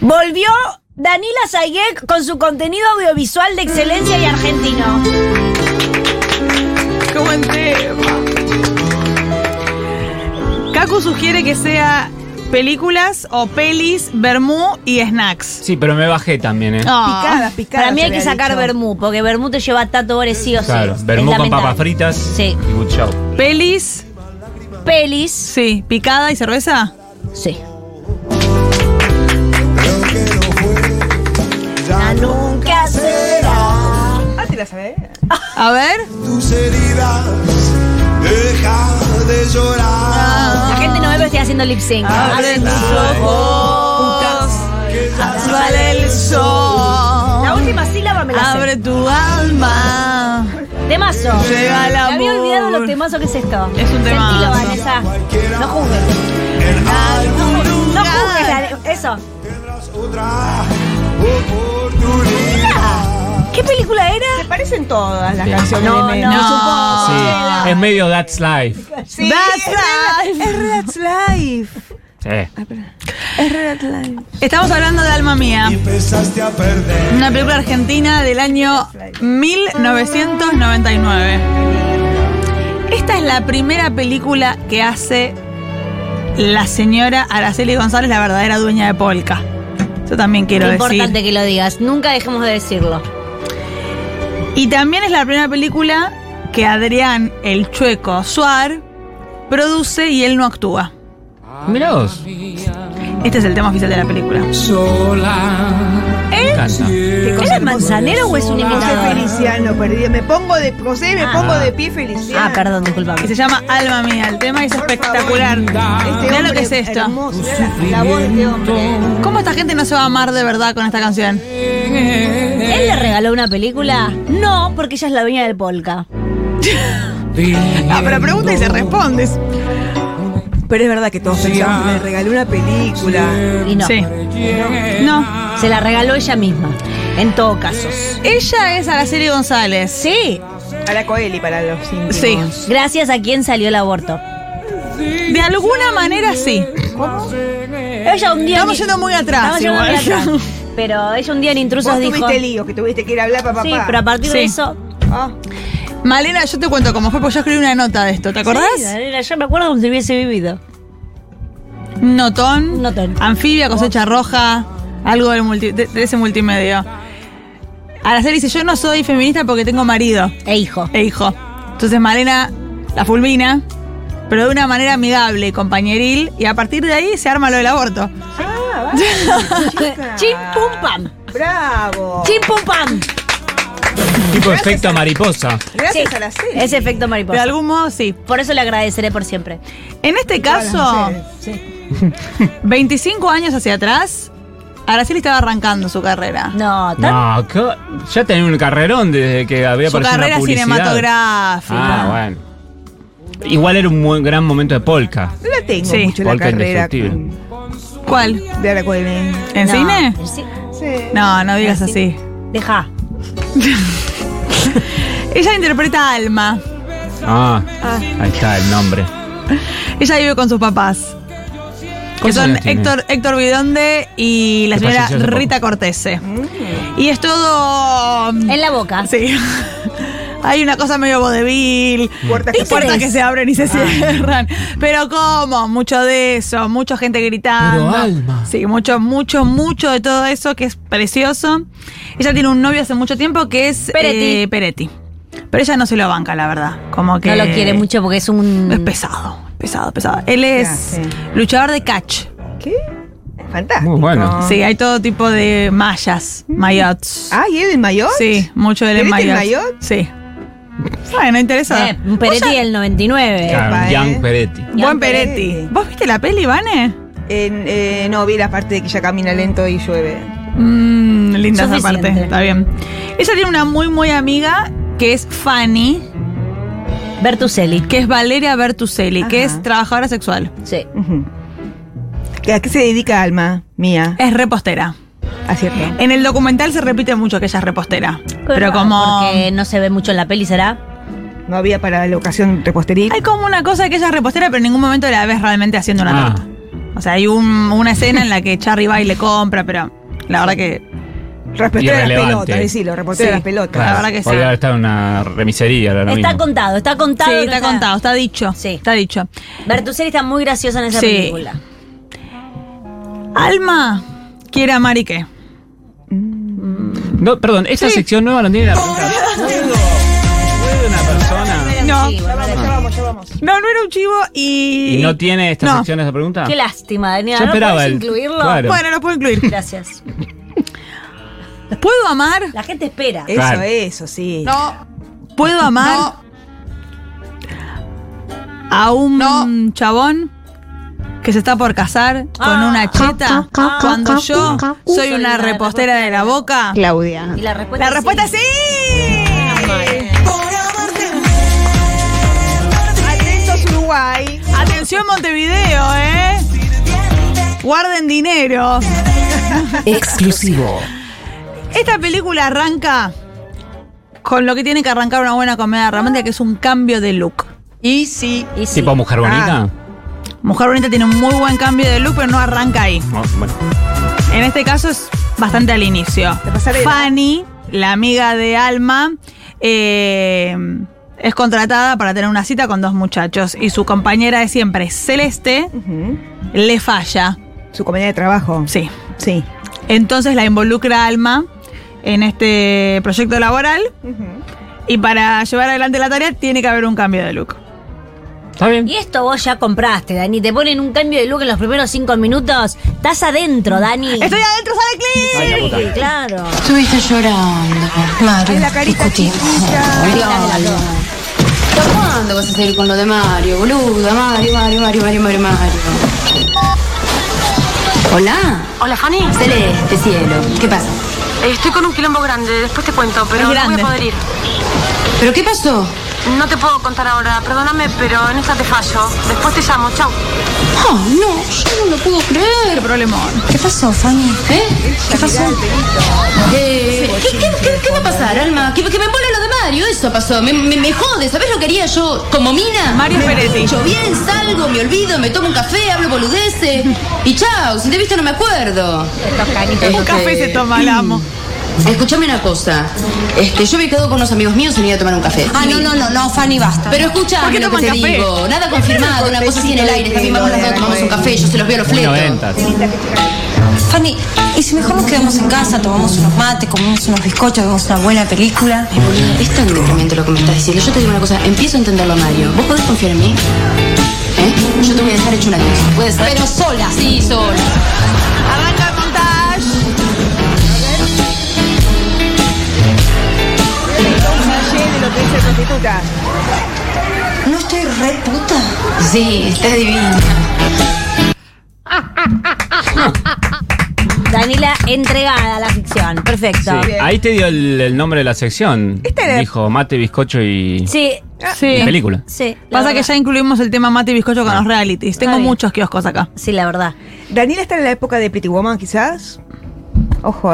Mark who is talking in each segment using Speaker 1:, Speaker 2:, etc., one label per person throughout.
Speaker 1: Volvió Danila Saigek con su contenido audiovisual de excelencia y argentino.
Speaker 2: ¡Qué buen tema! Kaku sugiere que sea películas o pelis, vermú y snacks.
Speaker 3: Sí, pero me bajé también, ¿eh?
Speaker 2: Ah.
Speaker 4: Picadas, picadas.
Speaker 1: Para mí hay
Speaker 4: te
Speaker 1: que
Speaker 4: había
Speaker 1: sacar
Speaker 4: dicho.
Speaker 1: vermú, porque vermú te lleva a Tato Bores sí o sí.
Speaker 3: claro.
Speaker 1: Es
Speaker 3: Bermú con
Speaker 1: lamentable.
Speaker 3: papas fritas.
Speaker 1: Sí.
Speaker 3: Y good show.
Speaker 2: Pelis,
Speaker 1: Pelis.
Speaker 2: sí. ¿Picada y cerveza?
Speaker 1: Sí. nunca será.
Speaker 4: Ah, te la sabés.
Speaker 2: A ver.
Speaker 5: tus heridas. Deja de llorar.
Speaker 1: La gente no ve, pero estoy haciendo lip sync.
Speaker 2: Abre tus ojos. Vale el
Speaker 1: La
Speaker 2: sol.
Speaker 1: última sílaba me la
Speaker 2: Abre
Speaker 1: sé.
Speaker 2: tu alma.
Speaker 1: Temazo.
Speaker 2: Llega el
Speaker 1: Me había
Speaker 2: amor.
Speaker 1: olvidado lo temazo que es esto.
Speaker 2: Es un
Speaker 1: Sentilo,
Speaker 2: temazo.
Speaker 1: Vanessa. No juzgues. Ah, No juzgues. la- Eso.
Speaker 5: Tendrás otra oportunidad.
Speaker 1: ¿Qué película era?
Speaker 4: Se parecen todas las
Speaker 3: Sí.
Speaker 4: canciones
Speaker 1: No,
Speaker 4: de
Speaker 1: no.
Speaker 4: Mel.
Speaker 2: No.
Speaker 3: Sí.
Speaker 1: Ah.
Speaker 3: Es medio That's Life.
Speaker 4: Sí,
Speaker 2: That's
Speaker 4: es
Speaker 2: life.
Speaker 4: re- Es re That's Life.
Speaker 3: Sí.
Speaker 4: Es re That's Life.
Speaker 2: Estamos hablando de Alma Mía.
Speaker 5: Y empezaste a perder.
Speaker 2: Una película argentina del año 1999. Esta es la primera película que hace la señora Araceli González, la verdadera dueña de Polka. Yo también quiero
Speaker 1: Qué
Speaker 2: decir.
Speaker 1: importante que lo digas. Nunca dejemos de decirlo.
Speaker 2: Y también es la primera película que Adrián el Chueco Suar produce y él no actúa.
Speaker 3: Mirá vos.
Speaker 2: Este es el tema oficial de la película.
Speaker 3: Me encanta.
Speaker 1: ¿Era manzanero o es un
Speaker 4: José
Speaker 1: imitador?
Speaker 4: Feliciano, perdí. Me pongo de. José,
Speaker 2: Ah.
Speaker 4: me pongo de pie Este Feliciano.
Speaker 1: Ah, perdón,
Speaker 2: Que
Speaker 1: disculpame.
Speaker 2: se llama Alma Mía. El tema es
Speaker 4: Por favor.
Speaker 2: espectacular.
Speaker 4: Este
Speaker 2: Mirá lo
Speaker 4: hombre
Speaker 2: que es esto.
Speaker 4: hermoso, mira La, la voz de este hombre.
Speaker 2: ¿Cómo esta gente no se va a amar de verdad con esta canción?
Speaker 1: ¿Él le regaló una película? No, porque ella es la dueña del polka.
Speaker 2: Ah, pero pregunta y se responde.
Speaker 4: Pero es verdad que todos pensamos que le regaló una película.
Speaker 1: Y no.
Speaker 2: Sí. No.
Speaker 1: Se la regaló ella misma. En todo caso.
Speaker 2: Ella es Araceli González.
Speaker 1: Sí.
Speaker 4: A la Coeli para los íntimos.
Speaker 2: Sí.
Speaker 1: Gracias a quien salió el aborto.
Speaker 2: De alguna manera sí.
Speaker 1: Ella un día.
Speaker 2: Estamos
Speaker 1: en-
Speaker 2: yendo muy atrás
Speaker 1: Estamos yendo muy
Speaker 2: igual.
Speaker 1: atrás. Pero ella un día en intrusos
Speaker 4: Vos
Speaker 1: dijo.
Speaker 4: tuviste líos que tuviste que ir a hablar para papá.
Speaker 1: Sí, pero a partir de
Speaker 2: Sí.
Speaker 1: eso.
Speaker 4: Ah,
Speaker 2: Malena, yo te cuento cómo fue, porque yo escribí una nota de esto, ¿te acordás?
Speaker 1: Sí, Daniela, yo me acuerdo como si hubiese vivido.
Speaker 2: Notón,
Speaker 1: Notón.
Speaker 2: anfibia, cosecha roja, algo del multi- de, de ese multimedio. Araceli dice, yo no soy feminista porque tengo marido
Speaker 1: E hijo.
Speaker 2: e hijo. Entonces Malena la fulmina, pero de una manera amigable, compañeril, y a partir de ahí se arma lo del aborto.
Speaker 4: ah vale, chica.
Speaker 1: Chim pum pam.
Speaker 4: Bravo.
Speaker 1: Chim pum pam.
Speaker 3: Tipo efecto mariposa.
Speaker 4: Gracias
Speaker 1: Sí,
Speaker 4: a la serie.
Speaker 1: Ese efecto
Speaker 2: De
Speaker 1: mariposa.
Speaker 2: algún modo sí.
Speaker 1: Por eso le agradeceré por siempre.
Speaker 2: En este
Speaker 4: Todas las
Speaker 2: caso,
Speaker 4: mujeres.
Speaker 2: 25 años hacia atrás, Araceli estaba arrancando su carrera.
Speaker 1: No, tan-
Speaker 3: No, co- ya tenía un carrerón desde que había
Speaker 2: su
Speaker 3: aparecido
Speaker 2: carrera
Speaker 3: una publicidad.
Speaker 2: cinematográfica.
Speaker 3: Ah, bueno. Igual era un buen- gran momento de polka.
Speaker 4: No la tengo
Speaker 2: Sí,
Speaker 4: mucho la
Speaker 3: Volca
Speaker 4: carrera
Speaker 3: indestructible.
Speaker 4: con-
Speaker 2: ¿Cuál?
Speaker 4: de la Coeli.
Speaker 2: ¿En
Speaker 1: no.
Speaker 2: cine?
Speaker 1: Sí.
Speaker 4: Sí.
Speaker 2: Eh, No, no digas así.
Speaker 1: Deja.
Speaker 2: Ella interpreta a Alma.
Speaker 3: Ah, ahí está el nombre.
Speaker 2: Ella vive con sus papás. Que
Speaker 3: ¿Cuántos
Speaker 2: son
Speaker 3: años tiene?
Speaker 2: Héctor, Héctor Bidonde y la
Speaker 3: Que
Speaker 2: señora
Speaker 3: falleció hace poco.
Speaker 2: Rita Cortese. Y es todo. mm,
Speaker 1: En la boca.
Speaker 2: Sí. Hay una cosa medio vodevil.
Speaker 4: Puertas que
Speaker 1: ¿Viste?
Speaker 4: puertas.
Speaker 2: puertas que se abren y se cierran. Pero cómo, mucho de eso, mucha gente gritando.
Speaker 3: Pero alma.
Speaker 2: Sí, mucho, mucho, mucho de todo eso que es precioso. Ella tiene un novio hace mucho tiempo que es
Speaker 1: Peretti.
Speaker 2: eh, Peretti. Pero ella no se lo banca, la verdad. Como que
Speaker 1: No lo quiere mucho porque es un.
Speaker 2: Es pesado, pesado, pesado. Él es
Speaker 4: Ya, sí.
Speaker 2: luchador de catch.
Speaker 4: ¿Qué? Fantástico.
Speaker 3: Muy bueno.
Speaker 2: Sí, hay todo tipo de mallas, maillots.
Speaker 4: Ah, ¿y él el mayor?
Speaker 2: Sí, mucho de él en
Speaker 4: ¿Peretti en
Speaker 2: maillot.
Speaker 4: maillot?
Speaker 2: Sí. Bueno, interesante.
Speaker 1: Eh, un Peretti del 99.
Speaker 3: Claro,
Speaker 4: Epa,
Speaker 3: Young
Speaker 4: eh.
Speaker 3: Peretti.
Speaker 2: Buen
Speaker 4: Peretti.
Speaker 2: Peretti. ¿Vos viste la peli, Vane?
Speaker 4: En, eh, no, vi la parte de que ya camina lento y llueve.
Speaker 2: Mmm, linda esa
Speaker 1: Suficiente.
Speaker 2: parte, está bien. Ella tiene una muy, muy amiga que es Fanny,
Speaker 1: Bertuselli.
Speaker 2: que es Valeria Bertuselli, que
Speaker 4: Ajá.
Speaker 2: es trabajadora sexual.
Speaker 1: Sí.
Speaker 4: Ujú. ¿A qué se dedica Alma mía?
Speaker 2: Es repostera.
Speaker 4: Ah, cierto.
Speaker 2: En el documental se repite mucho que ella es repostera. Pero
Speaker 1: raro,
Speaker 2: como.
Speaker 1: Porque no se ve mucho en la peli, ¿será?
Speaker 4: No había para la ocasión reposteril.
Speaker 2: Hay como una cosa de que ella es repostera, pero en ningún momento la ves realmente haciendo una
Speaker 3: Ah,
Speaker 2: torta. O sea, hay un- una escena en la que Charlie va y le compra, pero la verdad que.
Speaker 4: Respeto de las
Speaker 3: Irrelevante.
Speaker 4: pelotas, decilo, reportero
Speaker 2: Sí.
Speaker 4: de las pelotas.
Speaker 2: Claro. verdad que
Speaker 3: Podría
Speaker 2: sí.
Speaker 3: haber estado en una remisería ahora
Speaker 1: Está
Speaker 3: mismo.
Speaker 1: contado, está contado.
Speaker 2: sí,
Speaker 1: que
Speaker 2: está, contado, está dicho.
Speaker 1: Sí.
Speaker 2: Está dicho.
Speaker 1: Bertucelli está muy graciosa en esa
Speaker 2: Sí.
Speaker 1: película.
Speaker 2: Alma quiere amar y qué.
Speaker 3: No, perdón, esta sección nueva no tiene la pregunta. ¿Puedo, puede una persona?
Speaker 2: No.
Speaker 1: Sí, bueno,
Speaker 2: No, no era un chivo y.
Speaker 3: ¿Y no tiene esta
Speaker 2: No.
Speaker 3: sección esa
Speaker 2: Ah.
Speaker 3: pregunta?
Speaker 1: Qué lástima, Daniela.
Speaker 3: Yo
Speaker 1: ¿No
Speaker 3: esperaba
Speaker 1: podés
Speaker 3: el-
Speaker 1: incluirlo?
Speaker 3: claro.
Speaker 2: Bueno, lo puedo incluir.
Speaker 1: Gracias.
Speaker 2: ¿Puedo amar?
Speaker 1: La gente espera.
Speaker 4: Ah, Eso,
Speaker 3: Claro.
Speaker 4: eso, sí.
Speaker 6: No,
Speaker 2: ¿Puedo amar
Speaker 6: no,
Speaker 2: a un
Speaker 6: No.
Speaker 2: chabón que se está por casar con
Speaker 1: Ah.
Speaker 2: una cheta
Speaker 1: Ah.
Speaker 2: cuando yo soy una repostera de la boca?
Speaker 7: Claudia.
Speaker 1: Y la respuesta
Speaker 2: La respuesta es sí.
Speaker 4: Atentos Uruguay.
Speaker 2: Atención Montevideo, ¿eh? Guarden dinero.
Speaker 8: Exclusivo.
Speaker 2: Esta película arranca con lo que tiene que arrancar una buena comedia romántica, que es un cambio de look.
Speaker 6: y sí.
Speaker 1: Y sí.
Speaker 3: ¿Tipo mujer bonita?
Speaker 2: Mujer Bonita tiene un muy buen cambio de look, pero no arranca ahí.
Speaker 3: No, bueno.
Speaker 2: En este caso es bastante al inicio.
Speaker 4: pasarela.
Speaker 2: Fanny, la amiga de Alma, eh, es contratada para tener una cita con dos muchachos y su compañera de siempre, Celeste, le falla.
Speaker 4: Su compañía de trabajo.
Speaker 2: Sí.
Speaker 4: Sí.
Speaker 2: Entonces la involucra Alma en este proyecto laboral y para llevar adelante la tarea tiene que haber un cambio de look.
Speaker 3: ¿Está bien?
Speaker 1: Y esto vos ya compraste, Dani. Te ponen un cambio de look en los primeros cinco minutos. Estás adentro, Dani.
Speaker 2: ¡Estoy adentro, sale clip!
Speaker 3: Ay, la puta.
Speaker 1: Sí, claro.
Speaker 8: Estuviste llorando, Mario.
Speaker 4: Ay, la carita
Speaker 8: Discutiendo.
Speaker 4: chiquita.
Speaker 8: Ay, Mario. ¿Hasta cuándo vas a seguir con lo de Mario, boluda? Mario, Mario, Mario, Mario, Mario, Mario. Hola. Hola, Fanny. Celeste, cielo. ¿Qué pasa?
Speaker 9: Eh, Estoy con un quilombo grande, después te cuento, pero
Speaker 2: Es
Speaker 9: no voy
Speaker 2: grande.
Speaker 9: a poder ir.
Speaker 8: ¿Pero qué pasó?
Speaker 9: No te puedo contar ahora, perdóname, pero en esta te fallo. Después te llamo, chau.
Speaker 8: Oh, no, yo no lo puedo creer.
Speaker 2: Problemón.
Speaker 8: ¿Qué pasó, Fanny? ¿Eh? ¿Qué pasó? Eh, ¿Qué, qué, qué- qué va a pasar, Alma? Que, que me pone lo de Mario, eso pasó. Me, me, me jode, ¿sabés lo que haría yo como mina?
Speaker 2: Mario Peretti.
Speaker 8: Yo bien, salgo, me olvido, me tomo un café, hablo boludeces. Y chao, si te he visto no me acuerdo.
Speaker 2: Un
Speaker 8: Este,
Speaker 2: café se toma, la amo.
Speaker 8: Escuchame una cosa. Este, yo me quedo con unos amigos míos y me iba a tomar un café.
Speaker 6: Ah, no, no, no, no, Fanny, basta.
Speaker 8: Pero
Speaker 2: ¿Por
Speaker 8: escuchame
Speaker 2: qué
Speaker 8: lo que te
Speaker 2: toman café?
Speaker 8: digo. Nada confirmado, una cosa así en el aire. También vamos las dos, tomamos un café, yo se los veo a los
Speaker 3: Muy
Speaker 8: fletos.
Speaker 3: noventas.
Speaker 6: Fanny, ¿y si mejor nos quedamos en casa, tomamos unos mates, comemos unos bizcochos, vemos una buena película?
Speaker 8: Ay, boluda, Es tan deprimente lo que me estás diciendo. Yo te digo una cosa, empiezo a entenderlo a Mario. ¿Vos podés confiar en mí? ¿Eh? Yo te voy a dejar hecho una cosa. Puedes ser. Pero sola. Sí, sola.
Speaker 2: Arranca el montaje.
Speaker 4: Sallé de lo que dice prostituta.
Speaker 6: ¿No estoy re puta?
Speaker 8: Sí, estás divina.
Speaker 1: Danila entregada a la ficción.
Speaker 3: Sí.
Speaker 1: Perfecto. Sí.
Speaker 3: Ahí te dio el, el nombre de la sección.
Speaker 4: era-
Speaker 3: Dijo mate, bizcocho y,
Speaker 1: Sí.
Speaker 3: y
Speaker 2: Sí.
Speaker 3: película. Ah.
Speaker 1: la
Speaker 2: Pasa que
Speaker 1: verdad.
Speaker 2: ya incluimos el tema mate y bizcocho con los realities. Tengo
Speaker 1: bien.
Speaker 2: muchos kioscos acá.
Speaker 1: Sí, la verdad.
Speaker 4: Daniela está en la época de Pretty Woman, quizás. Ojo,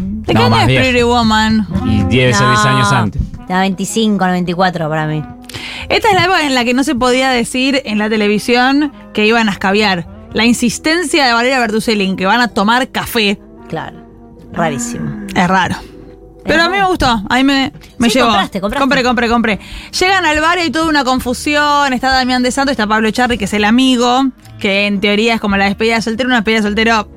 Speaker 2: ¿De
Speaker 3: No,
Speaker 2: qué año
Speaker 3: más
Speaker 2: es
Speaker 3: viejo.
Speaker 2: Pretty Woman?
Speaker 3: Y 10 o 10 años antes.
Speaker 1: La 25, 94 para mí.
Speaker 2: Esta es la época en la que no se podía decir en la televisión que iban a escabiar. La insistencia de Valeria Bertucelli en que van a tomar café
Speaker 1: Claro. Rarísimo.
Speaker 2: es raro. Pero a mí me gustó, a mí me, me
Speaker 1: Sí,
Speaker 2: llevó.
Speaker 1: compraste, compraste.
Speaker 2: Compré, compré, compré. Llegan al bar y hay toda una confusión. Está Damián de Santo, está Pablo Charri, que es el amigo, que en teoría es como la despedida de soltero. Una despedida de soltero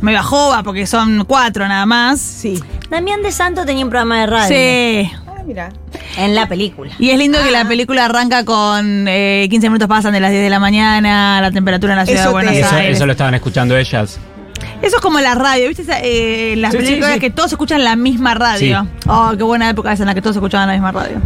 Speaker 2: me bajó, va, porque son cuatro nada más.
Speaker 4: Sí.
Speaker 1: Damián de Santo tenía un programa de radio
Speaker 2: Sí.
Speaker 4: Ah, mira.
Speaker 1: en la película.
Speaker 2: Y es lindo que
Speaker 1: Ah.
Speaker 2: la película arranca con eh, 15 minutos pasan de las 10 de la mañana, la temperatura en la ciudad
Speaker 4: Eso
Speaker 2: de
Speaker 4: te-
Speaker 2: Buenos
Speaker 3: Eso,
Speaker 2: Aires.
Speaker 3: eso lo estaban escuchando ellas.
Speaker 2: Eso es como la radio, ¿viste? Esa, eh, las
Speaker 3: Sí, sí,
Speaker 2: películas
Speaker 3: sí.
Speaker 2: que todos escuchan la misma radio.
Speaker 3: Sí.
Speaker 2: Oh, qué buena época esa en la que todos escuchaban la misma radio.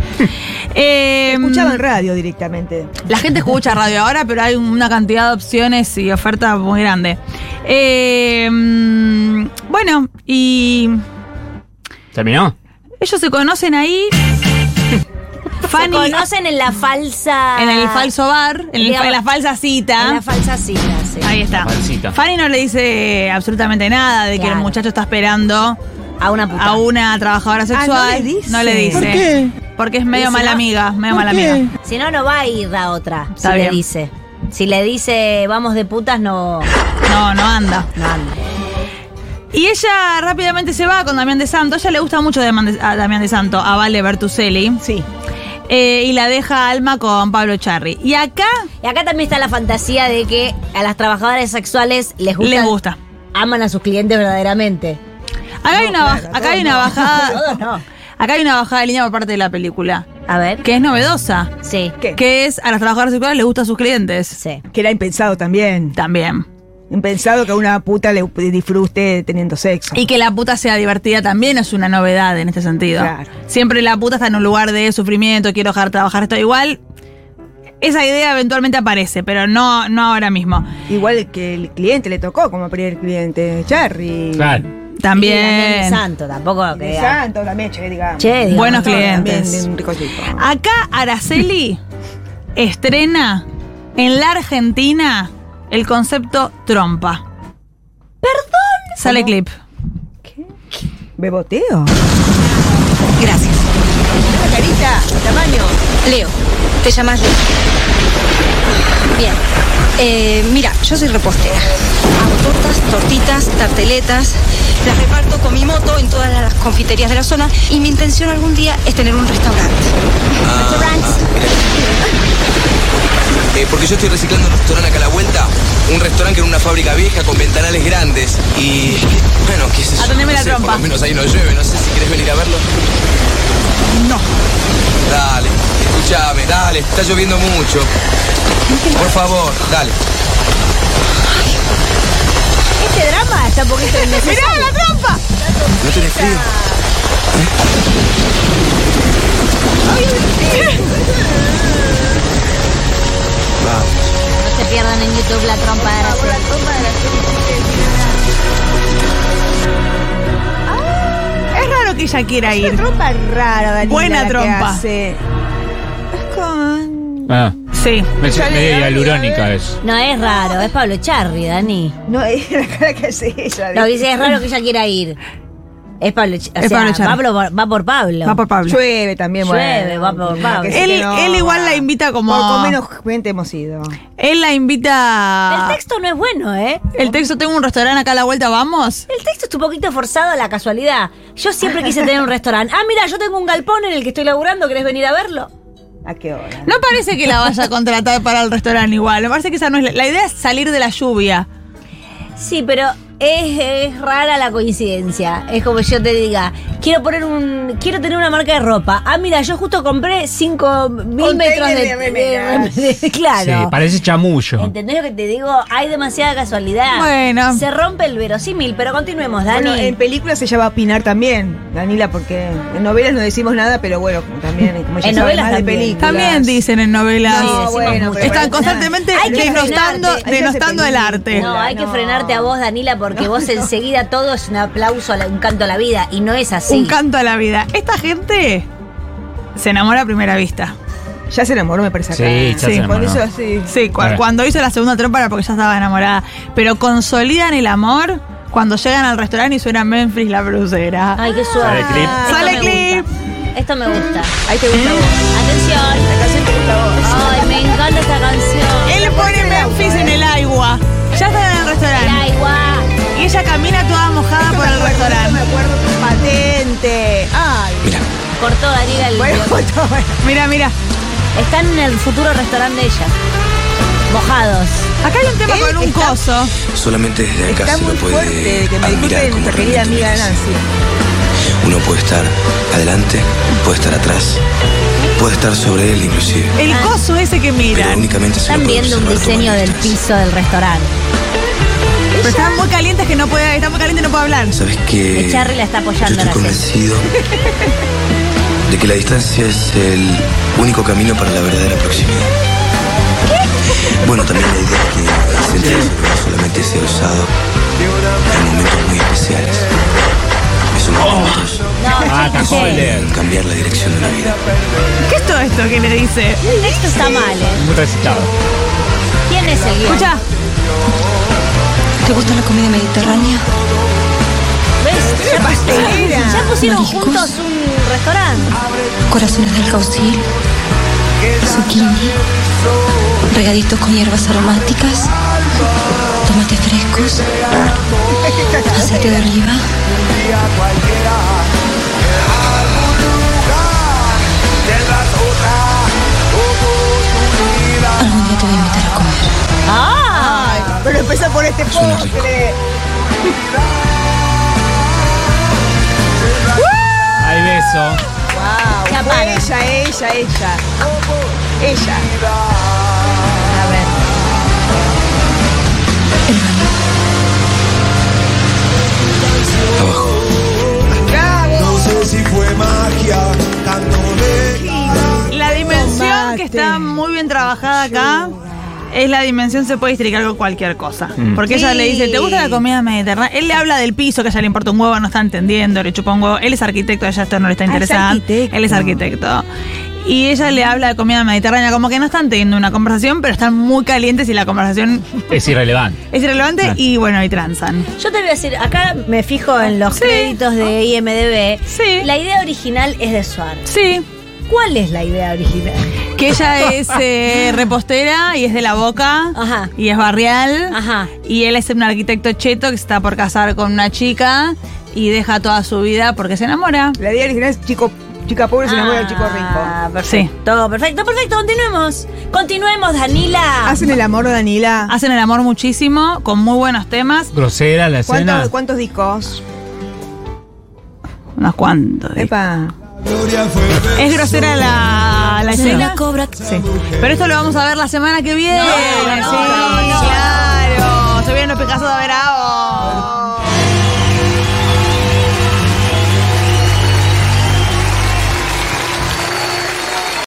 Speaker 2: Eh,
Speaker 4: Escuchaba en radio directamente.
Speaker 2: La gente escucha radio ahora, pero hay una cantidad de opciones y oferta muy grande. Eh, mm, bueno, y
Speaker 3: ¿Terminó?
Speaker 2: ellos se conocen ahí.
Speaker 1: Se
Speaker 2: Fanny ah.
Speaker 1: conocen en la falsa.
Speaker 2: en el falso bar, en, el- en la falsa cita.
Speaker 1: En la falsa cita, sí.
Speaker 2: Ahí está.
Speaker 3: Falsita.
Speaker 2: Fanny no le dice absolutamente nada de que el
Speaker 1: Claro.
Speaker 2: muchacho está esperando
Speaker 1: A una puta.
Speaker 2: a una trabajadora sexual.
Speaker 4: le dice.
Speaker 2: No le dice.
Speaker 4: ¿Por
Speaker 2: Porque es medio
Speaker 1: Dice,
Speaker 2: mala
Speaker 1: "Ah,
Speaker 2: amiga, medio mala amiga.
Speaker 1: Si no, no va a ir la otra.
Speaker 2: Está
Speaker 1: si le
Speaker 2: bien.
Speaker 1: dice. Si le dice vamos de putas, no,
Speaker 2: No, no anda.
Speaker 1: no anda.
Speaker 2: Y ella rápidamente se va con Damián de Santo. A ella le gusta mucho Damián de, a Damián de Santo, a Vale Bertuselli.
Speaker 4: Sí.
Speaker 2: Eh, y la deja Alma con Pablo Charri. Y acá
Speaker 1: Y acá también está la fantasía de que a las trabajadoras sexuales les gusta.
Speaker 2: les gusta.
Speaker 1: Aman a sus clientes verdaderamente.
Speaker 2: Acá hay una, baj- acá hay una bajada.
Speaker 1: Todos no.
Speaker 2: Acá hay una bajada de línea por parte de la película.
Speaker 1: A ver.
Speaker 2: Que es novedosa.
Speaker 1: Sí.
Speaker 4: ¿Qué?
Speaker 2: Que es a las trabajadoras sexuales les gusta a sus clientes.
Speaker 1: Sí.
Speaker 4: Que era impensado también.
Speaker 2: También.
Speaker 4: Impensado que a una puta le disfrute teniendo sexo.
Speaker 2: Y que la puta sea divertida también es una novedad en este sentido.
Speaker 4: Claro.
Speaker 2: Siempre la puta está en un lugar de sufrimiento, quiero dejar de trabajar, esto igual. Esa idea eventualmente aparece, pero no, no ahora mismo.
Speaker 4: Igual que el cliente le tocó como primer cliente, Charry.
Speaker 3: Claro.
Speaker 1: Y Damián de
Speaker 2: También.
Speaker 1: santo, tampoco
Speaker 4: De
Speaker 1: que.
Speaker 4: Santo, la mecha, digamos. Ah.
Speaker 1: Che, digamos,
Speaker 2: Buenos
Speaker 1: no,
Speaker 4: También
Speaker 2: clientes.
Speaker 4: de un rico chico.
Speaker 2: Acá Araceli estrena en la Argentina el concepto trompa. ¿Perdón? Sale clip.
Speaker 4: ¿Beboteo?
Speaker 6: Gracias. tamaño. Leo, te llamas Leo. Bien. Eh, mira, yo soy repostera. Hago tortas, tortitas, tarteletas. Las reparto con mi moto en todas las confiterías de la zona. Y mi intención algún día es tener un restaurante.
Speaker 7: Eh, porque yo estoy reciclando un restaurante acá a la vuelta. Un restaurante que era una fábrica vieja con ventanales grandes. Y. Bueno, qué sé yo.
Speaker 2: Atendeme
Speaker 7: no
Speaker 2: la
Speaker 7: sé,
Speaker 2: trompa.
Speaker 7: Por lo menos ahí no llueve. No sé si querés venir a verlo. No. Dale, escúchame, dale. Está lloviendo mucho. Por favor, dale.
Speaker 1: Este drama está un poquito innecesario.
Speaker 7: ¿No tenés frío? Ah,
Speaker 1: No se pierdan en YouTube la trompa de Araceli.
Speaker 2: Es raro que ella quiera ir.
Speaker 4: Trompa rara, Daniela.
Speaker 2: Buena
Speaker 4: la que
Speaker 2: trompa.
Speaker 4: hace. Es con...
Speaker 3: Ah,
Speaker 2: Sí.
Speaker 3: me medio hialurónica es.
Speaker 1: No es raro, es Pablo Charri, Dani.
Speaker 4: No, es la cara que hace ella.
Speaker 1: No, dice, es raro que ella quiera ir. Es Pablo, Ch- o
Speaker 2: Es
Speaker 1: sea,
Speaker 2: Pablo Charri.
Speaker 1: Pablo va- va por Pablo.
Speaker 2: Va por Pablo.
Speaker 4: Llueve también,
Speaker 1: Llueve,
Speaker 4: bueno. Ah,
Speaker 1: va por- va.
Speaker 4: Que sí
Speaker 2: Él,
Speaker 4: que no,
Speaker 2: él igual
Speaker 4: va.
Speaker 2: la invita como.
Speaker 4: Por con menos gente hemos ido.
Speaker 2: Él la invita.
Speaker 1: El texto no es bueno, ¿eh?
Speaker 2: El texto, tengo un restaurante acá a la vuelta, vamos.
Speaker 1: El texto es un poquito forzado a la casualidad. Yo siempre quise tener un restaurante. Ah, mira, yo tengo un galpón en el que estoy laburando, ¿querés venir a verlo?
Speaker 4: ¿A qué hora?
Speaker 2: No parece que la vaya a contratar para el restaurante igual. Me parece que esa no es la, la idea es salir de la lluvia.
Speaker 1: Sí, pero es, es rara la coincidencia. Es como yo te diga, quiero poner un, quiero tener una marca de ropa. Ah, mira, yo justo compré cinco mil metros de,
Speaker 4: Container de remeras.
Speaker 1: de- de-
Speaker 3: Sí,
Speaker 1: claro.
Speaker 3: parece chamullo.
Speaker 1: ¿Entendés lo que te digo? Hay demasiada casualidad.
Speaker 2: Bueno.
Speaker 1: Se rompe el verosímil, pero continuemos, Dani.
Speaker 4: Bueno, en películas ella va a opinar también, Danila, porque en novelas no decimos nada, pero bueno, como también como ella
Speaker 1: En
Speaker 4: sabe
Speaker 1: novelas
Speaker 4: más de
Speaker 1: también.
Speaker 4: películas.
Speaker 2: También dicen en novelas.
Speaker 1: Sí,
Speaker 4: No,
Speaker 1: decimos
Speaker 4: bueno,
Speaker 1: mucho.
Speaker 4: pero
Speaker 2: Están
Speaker 4: bueno,
Speaker 2: constantemente
Speaker 1: Hay que
Speaker 2: denostando,
Speaker 1: frenarte,
Speaker 4: hay que
Speaker 2: denostando
Speaker 4: hacer
Speaker 2: el arte.
Speaker 1: no, hay que
Speaker 4: no.
Speaker 1: frenarte a vos, Danila, porque vos enseguida todo es un aplauso, a la- un canto a la vida, y no es así.
Speaker 2: Un canto a la vida. Esta gente se enamora a primera vista.
Speaker 4: Ya se enamoró, me parece. acá.
Speaker 3: Sí, ya se
Speaker 4: Por
Speaker 3: enamoró.
Speaker 4: eso así.
Speaker 2: Sí, cu-
Speaker 3: Ahora.
Speaker 2: cuando hizo la segunda trompa era porque ya estaba enamorada. Pero consolidan el amor cuando llegan al restaurante y suena Memphis la brucera.
Speaker 1: Ay, qué suave.
Speaker 3: Sale clip.
Speaker 1: Esto
Speaker 2: Sale
Speaker 1: me
Speaker 2: clip.
Speaker 1: gusta. Esto me gusta.
Speaker 4: Ahí te gusta a vos.
Speaker 1: Atención.
Speaker 4: La canción te gusta a vos.
Speaker 1: Ay, me encanta esta canción.
Speaker 2: Él pone Memphis en el agua. Ya están en el restaurante.
Speaker 1: Ay, guau.
Speaker 2: Y ella camina toda mojada por el
Speaker 4: Me
Speaker 2: restaurante.
Speaker 4: acuerdo tu patente. Ay,
Speaker 1: Cortó Danila el
Speaker 4: bueno,
Speaker 1: video.
Speaker 4: todo bueno.
Speaker 2: Mira, mira.
Speaker 1: Están en el futuro restaurante de ella. Mojados.
Speaker 2: Acá hay un tema
Speaker 4: Él
Speaker 2: con un
Speaker 4: está-
Speaker 2: coso.
Speaker 7: Solamente desde acá
Speaker 4: Está
Speaker 7: se lo
Speaker 4: muy fuerte
Speaker 7: puede
Speaker 4: que me
Speaker 7: admirar
Speaker 4: disculpe
Speaker 7: como
Speaker 4: nuestra querida
Speaker 7: realmente
Speaker 4: amiga
Speaker 7: es.
Speaker 4: Nancy.
Speaker 7: Uno puede estar adelante, puede estar atrás, puede estar sobre él inclusive.
Speaker 2: El coso ese que
Speaker 7: Pero
Speaker 2: miran.
Speaker 7: únicamente se lo
Speaker 1: Están
Speaker 7: puede
Speaker 1: viendo un
Speaker 7: observar
Speaker 1: diseño
Speaker 7: tomando
Speaker 1: del
Speaker 7: distancia.
Speaker 1: piso del restaurante.
Speaker 2: Pero están muy calientes que no puede, están muy calientes y no puede hablar.
Speaker 7: Sabes que
Speaker 1: Y Charlie la está apoyando,
Speaker 7: Yo estoy
Speaker 1: la
Speaker 7: convencido de que la distancia es el único camino para la verdadera proximidad. Bueno, también la idea es que el sentido del lugar solamente sea usado en momentos muy especiales. Esos momentos
Speaker 1: No,
Speaker 3: Ah,
Speaker 1: chicos,
Speaker 3: atajó
Speaker 1: che,
Speaker 3: el dedo.
Speaker 7: pueden cambiar la dirección de la vida.
Speaker 2: ¿Qué es todo esto que le dice?
Speaker 1: el texto está mal, ¿eh?
Speaker 3: Muy recitado.
Speaker 1: ¿Quién es el guión?
Speaker 2: Escucha,
Speaker 6: ¿Te gusta la comida mediterránea?
Speaker 1: ¿Ves? Ya pusieron, ya pusieron
Speaker 6: Mariscos.
Speaker 1: juntos un restaurante.
Speaker 6: Corazones del caucil, zucchini, regaditos con hierbas aromáticas, tomates frescos, aceite de oliva. Algún día te voy a invitar a comer.
Speaker 4: Pero empezó por este postre.
Speaker 3: Hay beso.
Speaker 4: Wow. Fue ella, ella, ella. Ella. A ver.
Speaker 7: Abajo.
Speaker 4: Bravo.
Speaker 5: No sé si fue magia, tanto de...
Speaker 2: La dimensión que está
Speaker 4: Tomate.
Speaker 2: muy bien trabajada acá es la dimensión se puede districar con cualquier cosa. Porque ella le dice, ¿te gusta la comida mediterránea? Él le habla del piso, que a ella le importa un huevo, no está entendiendo, le chupa un huevo. Él es arquitecto, a ella esto no le está
Speaker 4: Ah, es
Speaker 2: interesando.
Speaker 4: arquitecto.
Speaker 2: Él es arquitecto. Y ella le habla de comida mediterránea, como que no están teniendo una conversación, pero están muy calientes y la conversación
Speaker 3: Es irrelevante.
Speaker 2: es irrelevante
Speaker 3: Claro.
Speaker 2: y bueno, y transan.
Speaker 1: Yo te voy a decir, acá me fijo en los
Speaker 2: Sí.
Speaker 1: créditos de IMDB.
Speaker 2: Sí.
Speaker 1: La idea original es de Swartz.
Speaker 2: Sí,
Speaker 1: ¿Cuál es la idea original?
Speaker 2: que ella es eh, repostera y es de la boca
Speaker 1: Ajá.
Speaker 2: y es barrial.
Speaker 1: Ajá.
Speaker 2: Y él es un arquitecto cheto que está por casar con una chica y deja toda su vida porque se enamora.
Speaker 4: La idea original es chico, chica pobre se enamora del chico rico.
Speaker 1: Ah, perfecto, perfecto, perfecto. Continuemos. Continuemos, Danila.
Speaker 4: ¿Hacen el amor, Danila?
Speaker 2: Hacen el amor muchísimo, con muy buenos temas.
Speaker 3: Grosera la escena.
Speaker 4: ¿Cuántos, ¿Cuántos discos?
Speaker 2: Unos cuantos. digo.
Speaker 4: Epa.
Speaker 5: Gloria fue ver
Speaker 2: Es grosera la, la
Speaker 6: Se
Speaker 2: escena.
Speaker 6: la cobra.
Speaker 2: Sí. Pero esto lo vamos a ver la semana que viene.
Speaker 1: no,
Speaker 2: sí, claro. Se viene los Picasso de Verao.